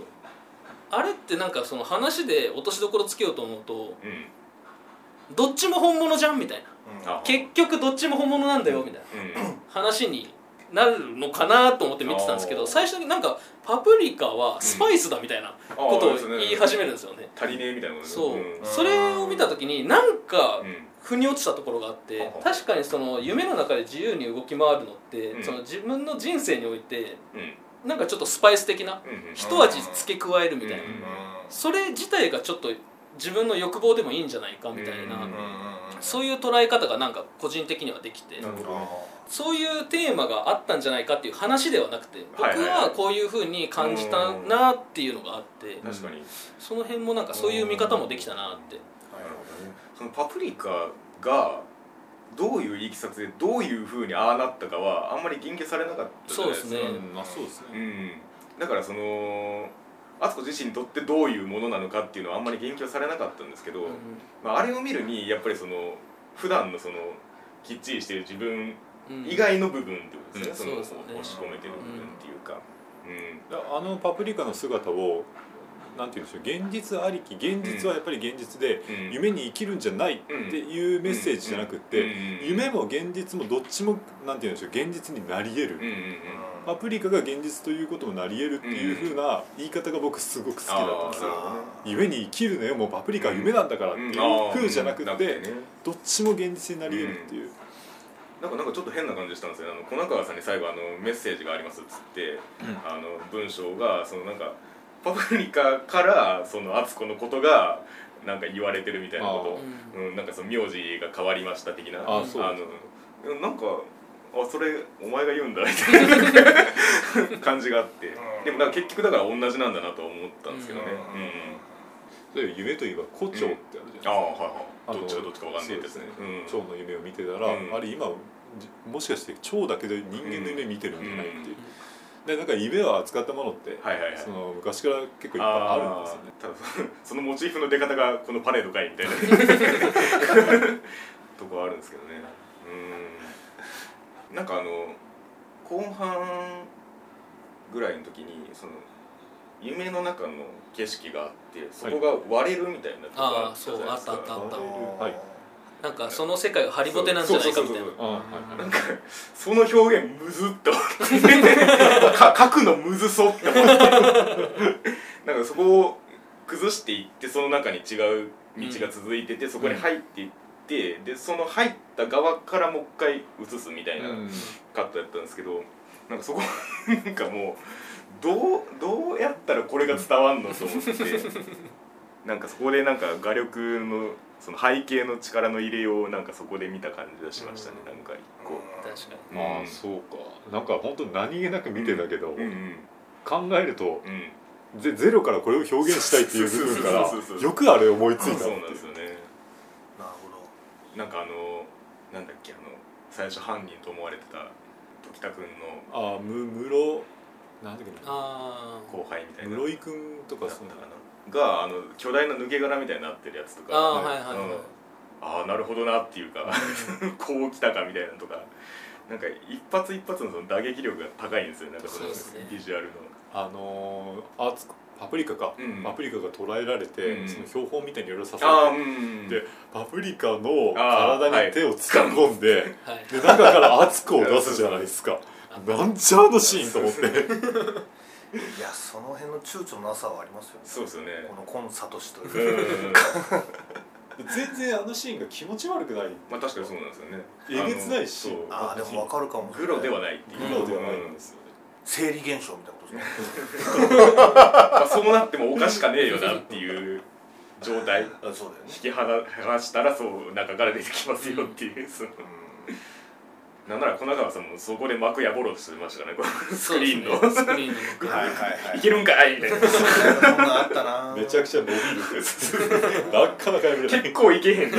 S3: あれってなんかその話で落としどころつけようと思うと
S1: うん
S3: どっちも本物じゃんみたいな
S1: あ
S3: 結局どっちも本物なんだよみたいな
S1: うん
S3: 話になるのかなと思って見てたんですけ
S1: あー
S3: ど最初になんかパプリカはスパイスだみたいな
S1: あ
S3: こと
S1: そう
S3: を
S1: ですね
S3: 言い始めるんですよね、
S1: 足りねえみたいなことね
S3: そう、
S1: ん
S3: それを見た時になんか
S1: うん
S3: 腑に落ちたところがあって
S1: うん
S3: 確かにその夢の中で自由に動き回るのって、
S1: うん
S3: その自分の人生において
S1: うん
S3: なんかちょっとスパイス的な
S1: うんうん
S3: 一味付け加えるみたいな、
S1: うん
S3: それ自体がちょっと自分の欲望でもいいんじゃないかみたいな、
S1: うん
S3: そういう捉え方がなんか個人的にはできて
S1: なるほど
S3: そういうテーマがあったんじゃないかっていう話ではなくて僕
S1: はいはいはい
S3: はこういうふうに感じたなっていうのがあって
S1: 確かに
S3: その辺もなんかそういう見方もできたなって
S1: そのパプリカがどういういきさつでどういうふうにああなったかはあんまり言及されなかったじゃないですか
S3: そうですね
S4: うんあそうです
S1: う
S4: ね、
S1: ん、だからその敦子自身にとってどういうものなのかっていうのはあんまり言及されなかったんですけど、まあ、あれを見るにやっぱりその普段のそのきっちりしてる自分
S3: うん
S1: 以外の部分ってことですね、
S3: うん
S1: その
S3: そうで
S1: 押し
S3: す
S1: 込
S3: ね
S1: めてる部分っていうか、うん
S4: あのパプリカの姿をなんて言うんでしょう現実ありき現実はやっぱり現実で、
S1: うん
S4: 夢に生きるんじゃないっていうメッセージじゃなくって、
S1: うん
S4: 夢も現実もどっちもなんて言うんでしょう現実になり得る、
S1: うんうんうん
S4: パプリカが現実ということもなり得るっていう風な言い方が僕すごく好きだったんですよ
S1: あ
S4: 夢に生きるのよもうパプリカは夢なんだからっていう風じゃなく
S1: うんあ
S4: て
S1: ーね
S4: どっちも現実になり得るっていう、
S1: なんかなんかちょっと変な感じしたんですよねあの小中川さんに最後あのメッセージがありますっつって、あの文章がそのなんかパプリカからその敦子のことがなんか言われてるみたいなこ
S3: う
S1: と、うん、なんかその名字が変わりました的な
S4: あそう
S1: のうんなんかあそれお前が言うんだみたいな感じがあって
S2: うん
S1: でもなんか結局だから同じなんだなと思ったんですけどね、うんうん
S4: そういう夢といえば胡蝶ってあるじゃないです
S1: あ
S4: か
S1: あ、はい
S4: あ
S1: はいど
S4: の
S1: っちがどっちかわかんないですね
S4: そう
S1: ん
S4: うですね蝶の夢を見てたら、
S1: うん
S4: あれ今じもしかして蝶だけで人間の夢見てるんじゃないっていう、
S3: ん
S4: でなんか夢を扱ったものって、
S1: はいはいはい
S4: その昔から結構いっぱいあるんですよね
S1: ただ そのモチーフの出方がこのパレードかいみたいなとこはあるんですけどねうんなんかあの後半ぐらいの時にその夢の中の景色があってそこが割れるみたいなとこがあったじゃないですか、
S3: あーそうあったあった
S4: はい
S3: なんかその世界がハリボテなんじゃないかみたいな
S1: そうそうそう
S4: あはい
S1: なんかその表現むずっと 思ってか書くのむずそうって思ってなんかそこを崩していってその中に違う道が続いてて、そこに入っていって、でその入った側からもう一回移すみたいな
S4: うん
S1: カットやったんですけど、なんかそこなんかもうどうどうやったらこれが伝わんのと思ってなんかそこでなんか画力のその背景の力の入れようをなんかそこで見た感じがしましたね、
S3: うん
S1: なんか一個。
S3: 確かに
S4: まあそうかなんか本当何気なく見てたけど、
S1: うんうん
S4: 考えると
S1: うん
S4: ゼゼロからこれを表現したいっていう部分
S1: そ
S4: か
S1: うそうそうそう
S4: らよくあれ思いついた
S1: そうなんですよね
S2: なるほど
S1: なんかあのなんだっけあの最初犯人と思われてた時田くんの
S4: ああむ室なんだっけな
S3: あー
S1: 後輩みたいな
S4: 室井君とか
S1: だっ
S4: その
S1: たかながあの巨大な抜け殻みたいになってるやつとか
S3: あー
S4: はい
S3: はいはい
S1: うん
S3: は
S1: ああなるほどなっていうか こう来たかみたいなのとかなんか一発一発のその打撃力が高いんですよねなんかその
S3: そうですね
S1: ビジュアルの
S4: あのーアーツパプリカか、
S1: うん
S4: パプリカが捕らえられて、
S1: うん
S4: その標本みたいにいろいろ刺さ
S1: ああ
S4: れて、
S1: うん
S4: でパプリカの
S1: あー
S4: 体に手を突っ込んで、
S3: いはい
S4: で中から熱子を出すじゃないですかなんちゃあのシーンと思って
S2: いやその辺の躊躇なさはありますよね
S1: そうですよ ね
S2: このコンサトシと
S1: う
S2: いう、
S1: ん
S4: 全然あのシーンが気持ち悪くない
S1: まあ確かにそうなんですよね
S4: えげつないし
S1: あのそう
S2: ああでもわかるかも
S1: グロではいないっていう
S4: 苦労ではないんですよね、
S2: 生理現象みたいなことですね
S1: まあ、そうなってもおかしかねえよなっていう状態引
S2: あそうだよね
S1: き離したらそう中から出てきますよっていう、そのなんなら小中川さんもそこで幕破ろうとしてましたからねこのス
S3: そう
S1: ク
S3: です
S1: リー
S3: ね
S1: ンの、
S3: スクリーンの
S2: はいはい
S1: いけるんかいみたいな
S2: そんなんあったな
S4: めちゃく
S2: ち
S4: ちゃ伸びるってなかなかやめれない
S1: 結構いけへん な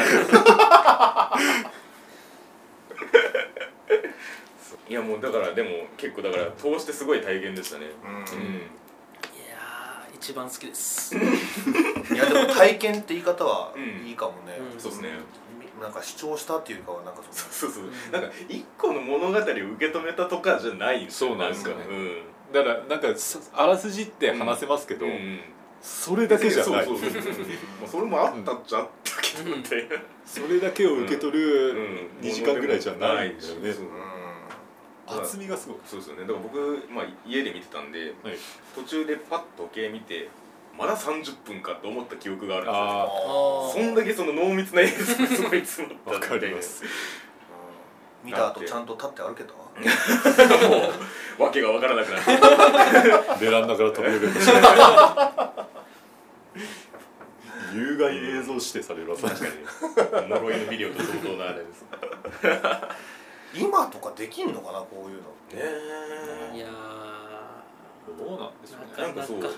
S1: いやもうだからでも結構だから通してすごい体験でしたね
S2: う
S3: いやー一番好きです
S2: んいやでも体験って言い方は
S1: うん
S2: いいかもね、
S3: うん
S1: そうですね
S2: なんか主張したっていうかはなんかそ
S1: そうそうなんか一個の物語を受け止めたとかじゃないんですよ
S4: そうなんですよね
S1: かうん
S4: だからなんかさあらすじって話せますけど、
S1: うん
S4: それだけじゃない
S1: そうそうそうそうまあそれもあったっちゃあったけどみたいな
S4: それだけを受け取
S1: う
S4: る
S1: ん
S4: 2時間ぐらいじゃないんだ
S1: そ
S4: よね、
S1: う
S2: う
S1: うん
S4: 厚みがすごい、
S1: そうですよねだから僕、まあ、家で見てたんで
S4: はい、
S1: 途中でパッと時計見てまだ30分かと思った記憶があるんですよ
S4: あ
S3: あ
S1: そんだけその濃密な映像がすごい詰まったんで
S4: わかります
S2: うん見た後ちゃんと立って歩けた
S1: もう訳が分からなくなって
S4: ーベランダから飛び降りる 有害映像指定されるわ確か に
S1: 呪いのビデオと相当なあれです
S2: 今とかできんのかなこういうの
S1: ね
S3: ーいや
S4: どうなんでしょうね
S1: なんかそう、う
S3: なん
S1: ん、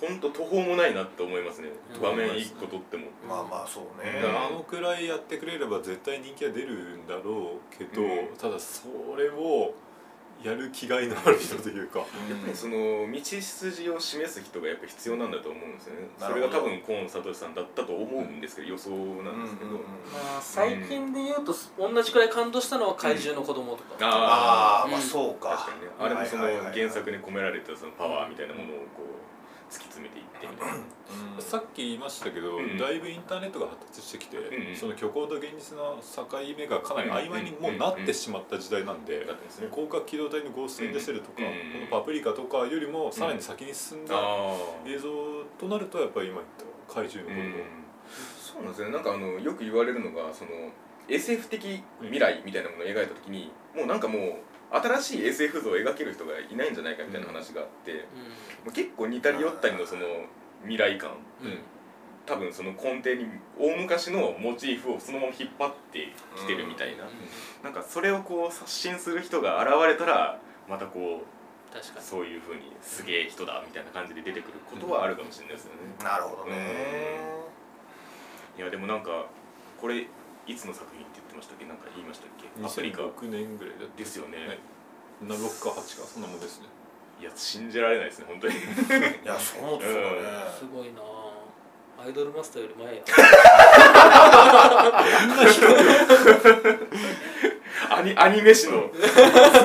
S1: ほんと途方もないなって思いますね
S3: うん
S1: 場面一個撮っても
S2: まあまあそうね
S4: だ
S1: う
S4: か
S1: ん
S4: らあのくらいやってくれれば絶対人気は出るんだろうけど、
S1: うん
S4: ただそれをやる気概のある人というか
S1: やっぱりその道筋を示す人がやっぱ必要なんだと思うんですよね
S2: な
S1: そ
S2: るほ
S1: れ
S2: ど
S1: が多分河野聡さんだったと思うんですけど予想なんですけど、
S2: うんうんうん
S3: まあ最近で言うと同じくらい感動したのは怪獣の子供とか
S1: あ
S2: ああまあそう
S1: あ
S2: か
S1: 確かにねあれもその
S2: はいはいはいはい
S1: 原作に込められたそのパワーみたいなものをこう突き詰めていって みたいな。
S4: さっき言いましたけど、
S1: うん
S4: だいぶインターネットが発達してきて、
S1: んうん
S4: その虚構と現実の境目がかなり曖昧にもうなってしまった時代なん
S1: だ
S4: で、
S1: ったんですね
S4: 広角機動隊のゴーストインデシェルとか、
S1: うんうん
S4: このパプリカとかよりもさらに先に進んだ映像となるとやっぱり今言った怪獣のこと
S1: そうなんですよねなんかあのよく言われるのがその SF 的未来みたいなものを描いた時にもうなんかもう新しい SF 像を描ける人がいないんじゃないかみたいな話があって、もう結構似たり寄ったりのその未来感
S3: うんうん
S1: 多分その根底に大昔のモチーフをそのまま引っ張ってきてるみたいな、なんかそれをこう刷新する人が現れたらまたこう
S3: 確かに
S1: そういうふうにすげえ人だみたいな感じで出てくることはあるかもしれないですよね、
S2: なるほどね
S1: いやでもなんかこれいつの作品って言ってましたっけなんか言いましたっけアフリカ
S4: 2006年ぐらいだっ
S1: ですよね、
S4: はい
S1: い、
S4: たな6か8かそんなもんですね
S1: や信じられないですね本当に
S2: いやそうそうだね
S3: すごいなあアイドルマスターより前や
S1: アニアニメ史のす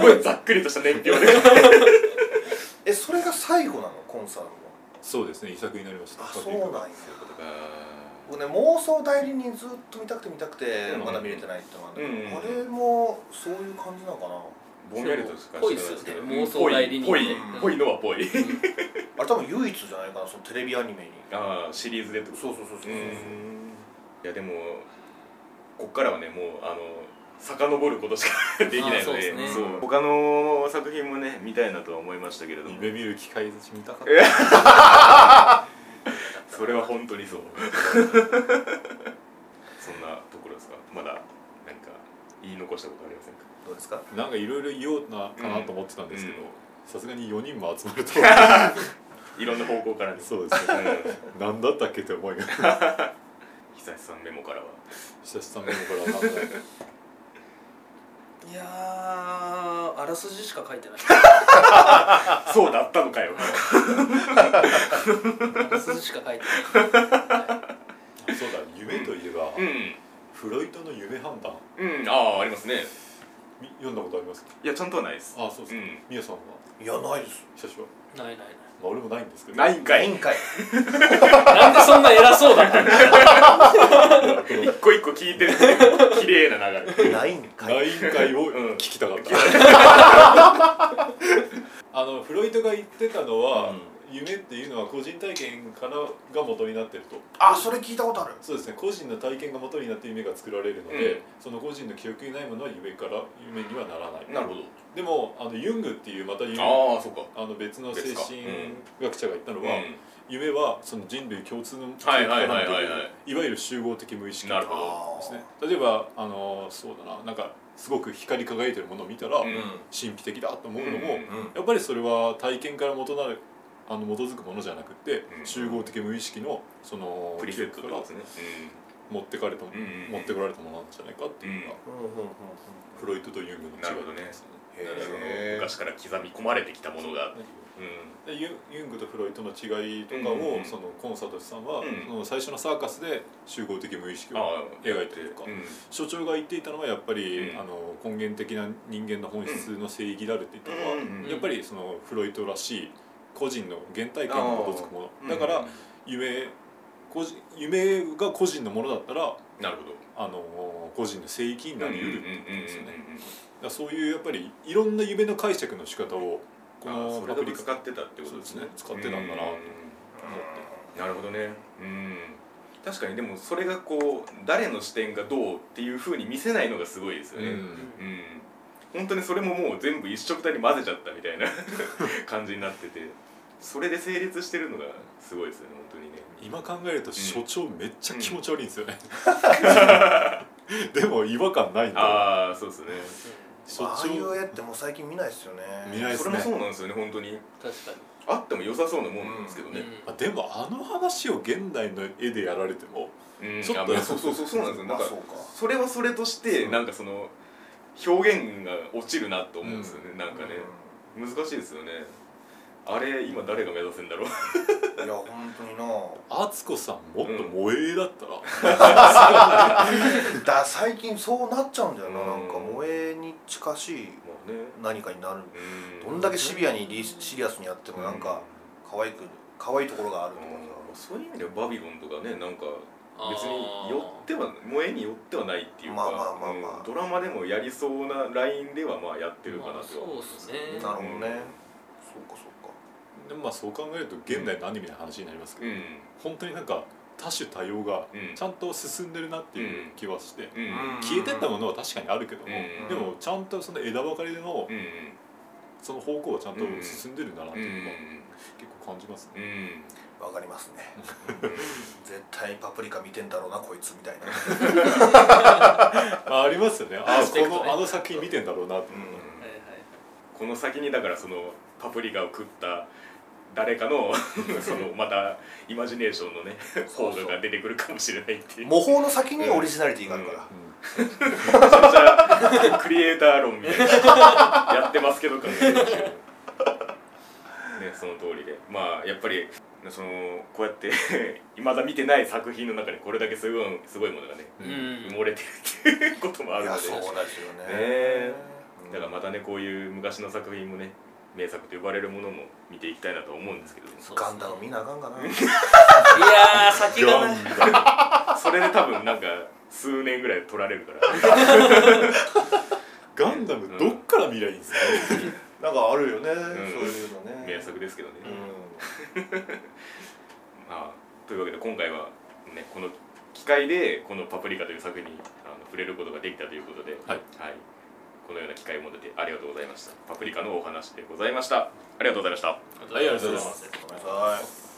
S1: ごいざっくりとした年表で
S2: えそれが最後なのコンサートは
S4: そうですね遺作になりまし
S2: あ
S4: た
S2: そうなんや
S1: あ
S2: 僕ね妄想代理人ずっと見たくて見たくて
S1: うん
S2: まだ見れてないってのがあるんだけど
S1: うん
S2: あれもそういう感じなのかな
S1: ーぼんやりとしか
S3: そうぽいっ
S1: 知ら
S3: す
S1: ない
S3: よ
S1: で
S3: ね
S1: すけど
S3: 妄想代理人
S1: ぽい
S2: うん
S1: ぽいぽいのはぽい
S2: あれ多分唯一じゃないかなそのテレビアニメに
S1: ああシリーズでってこと
S2: そうそうそうそう
S1: うーんいやでもこっからはねもうあの遡ることしかできないので
S3: あーそうですね
S1: そう他の作品もね見たいなとは思いましたけれども
S4: 夢見る機会見たかった
S1: それは本当にそうそんなところですかまだ何か言い残したことありませんか
S2: どうですか
S4: なんかいろいろ言おうなかなと思ってたんですけど
S1: うん
S4: さすがに4人も集まると
S1: いろんな方向 からね
S4: そうですね何だったっけって思いが
S1: 久しさんメモからは
S4: 久しぶりの頃はなんか
S3: いやーあらすじしか書いてない
S1: そうだったのかよ
S3: あらすじしか書いて
S4: そうだ夢といえば、
S1: うん
S4: フロイトの夢判断
S1: うんああありますね
S4: み読んだことありますか
S1: いやちゃんとはないです
S4: あそうですか
S1: うん
S4: みやさんはい
S2: やないです
S4: 久しぶり
S3: ないないないない
S4: まあ俺もないんですけど
S1: ないんかい
S2: 前回
S3: なんでそんな偉そうだな
S1: 一個一個聞いてるっていう綺麗な流れ
S2: ないんか
S4: ないいんかいを
S1: うん
S4: 聞きたかった、 あのフロイトが言ってたのは、夢っていうのは個人体験からが元になってると
S2: あそれ聞いたことある
S4: そうですね個人の体験が元になって夢が作られるので、
S1: うん
S4: その個人の記憶にないものは夢から夢にはならない
S1: なるほど
S4: でもあのユングっていうまた夢
S1: ああそうか
S4: あの別の精
S1: 別か
S4: 神学者が言ったのは、
S1: う
S4: 夢はその人類共通の
S1: はいはいはいはいはい
S4: いわゆる集合的無意識
S1: なるほど
S4: ですね例えばあのそうだななんかすごく光り輝いてるものを見たら、
S1: うん
S4: 神秘的だと思うのも、
S1: うんうん
S2: あーうん
S4: やっぱりそれは体験から元なるあの基づくものじゃなくて、
S1: うん
S4: 集合的無意識のその
S1: プリセットと
S4: 記憶
S1: か
S4: か
S1: で
S4: ら
S1: すね
S4: 持ってかれた、
S1: うんうんうん
S4: 持ってこられたものなんじゃないかっていうのが、
S2: うんうんうんうん
S4: フロイトとユングの違い
S1: なるほどね
S4: です
S1: うんなるほど
S2: へー
S1: 昔から刻み込まれてきたものが
S4: ね
S1: うん
S4: でユユングとフロイトの違いとかを、
S1: うんうんうん
S4: そのコンサートさんは、
S1: うん
S4: その最初のサーカスで集合的無意識を
S1: ああ
S4: 描いてるとか、
S1: うん
S4: 所長が言っていたのはやっぱり、
S1: うん
S4: あの根源的な人間の本質の正義であるって言ったのは、
S1: うん
S4: やっぱりそのフロイトらしい個人の原体験に基づくものだから夢個人夢が個人のものだったら
S1: なるほど
S4: あの個人の聖域になりうるってことですよね、
S1: うんうんうんうんうん
S4: だからそういうやっぱりいろんな夢の解釈の仕方をこ
S1: あ
S4: の
S1: それ
S4: パ
S1: が
S4: プリ
S1: ぶつ
S4: カ
S1: かってたってことですね
S4: そうですね使ってたんだなと
S1: うなるほどねうん確かにでもそれがこう誰の視点がどうっていうふうに見せないのがすごいですよね
S4: う
S1: うん
S3: ん
S1: 本当にそれももう全部一色たに混ぜちゃったみたいな感じになっててそれで成立してるのがすごいですよね本当にね
S4: 今考えると所長めっちゃ気持ち悪いんですよね、 でも違和感ないんだ
S1: ああそうですね
S4: 所
S2: ああいう
S4: 長
S2: 絵ってもう最近見ないですよね
S4: 見ないっ
S1: そ
S4: す
S1: れも
S4: ね
S1: そうなんですよね本当に
S3: 確か
S1: あっても良さそうなもんなんですけど
S3: に、
S1: ね、
S4: あでもあの話を現代の絵でやられても
S1: うん
S4: ちょっと
S1: あまあそうそうそうそうなんですよ な
S2: まあ
S1: んか
S2: そうか
S1: それはそれとして
S4: うん
S1: なんかその表現が落ちるなと思うんですよね、なんかね、難しいですよねあれ今誰が目指せんだろう
S2: うんいや本当にな
S4: 敦子さんもっと萌えだったら、
S2: だ最近そうなっちゃうんだよな、
S1: うん
S2: なんか萌えに近しい
S1: まあね
S2: 何かになる、
S1: うん
S2: どんだけシビアにリシリアスにやってもなんか可愛く可愛いところがあるとか
S1: そういう意味ではバビロンとかねなんか
S3: あー
S1: 別に寄っては萌えに寄ってはないっていうか、
S2: まあまあまあまあ
S1: うんドラマでもやりそうなラインではまあやってるかな
S3: ま
S1: と
S3: あ
S1: は
S3: そう
S1: 思
S3: っ
S1: いますす
S3: ね
S2: さなるほどね、そうかそうか
S4: でもまあそう考えると現代のアニメの話になりますけど、本当になんか多種多様が
S1: うん
S4: ちゃんと進んでるなっていう気はして、
S1: うんうん
S2: うん
S4: 消えてったものは確かにあるけども、
S1: うん
S4: でもちゃんとその枝分かれの
S1: うん
S4: その方向はちゃんと進んでるんだなって
S1: うん
S4: いうのは結構感じますね。
S1: うんうん
S2: わかりますね絶対パプリカ見てんだろうなこいつみたいな
S4: まあ、ありますよね。あ
S3: リス
S4: こ
S3: ペクトね
S4: のあの作品見てんだろうなと思っ
S3: はいはい
S1: この先にだからそのパプリカを食った誰かのそのまたイマジネーションのね
S2: そ
S1: 効
S2: うそう
S1: 果が出てくるかもしれないっていう
S2: 模倣の先にオリジナリティがあるから、
S4: た。うん
S1: めちゃめちゃクリエイター論みたいなやってますけど感じですけどねその通りでまあやっぱりそのこうやっていまだ見てない作品の中にこれだけすごいすごいものがね
S3: う
S4: うんん
S1: 埋もれてるっていうこともあ
S2: い
S1: るの
S2: や
S1: で
S2: そうですよね
S1: え
S2: うん
S1: だからまたねこういう昔の作品もね名作と呼ばれるものも見ていきたいなと思うんですけど
S3: そう
S2: ガンダム見なあかんかな
S3: いやー先がない
S1: それで多分なんか数年ぐらい取られるから
S4: ガンダムどっから見りゃいいんですか、
S2: なんかあるよね、
S1: ん
S2: そういうのね
S1: 名作ですけどね、
S2: うん
S1: まあ、というわけで今回は、ね、この機会でこの「パプリカ」という作品にあの触れることができたということで、
S4: はい
S1: このような機会を持ててありがとうございましたパプリカのお話でございましたありがとうございました
S4: はいありがとうございます
S2: ごめんなさい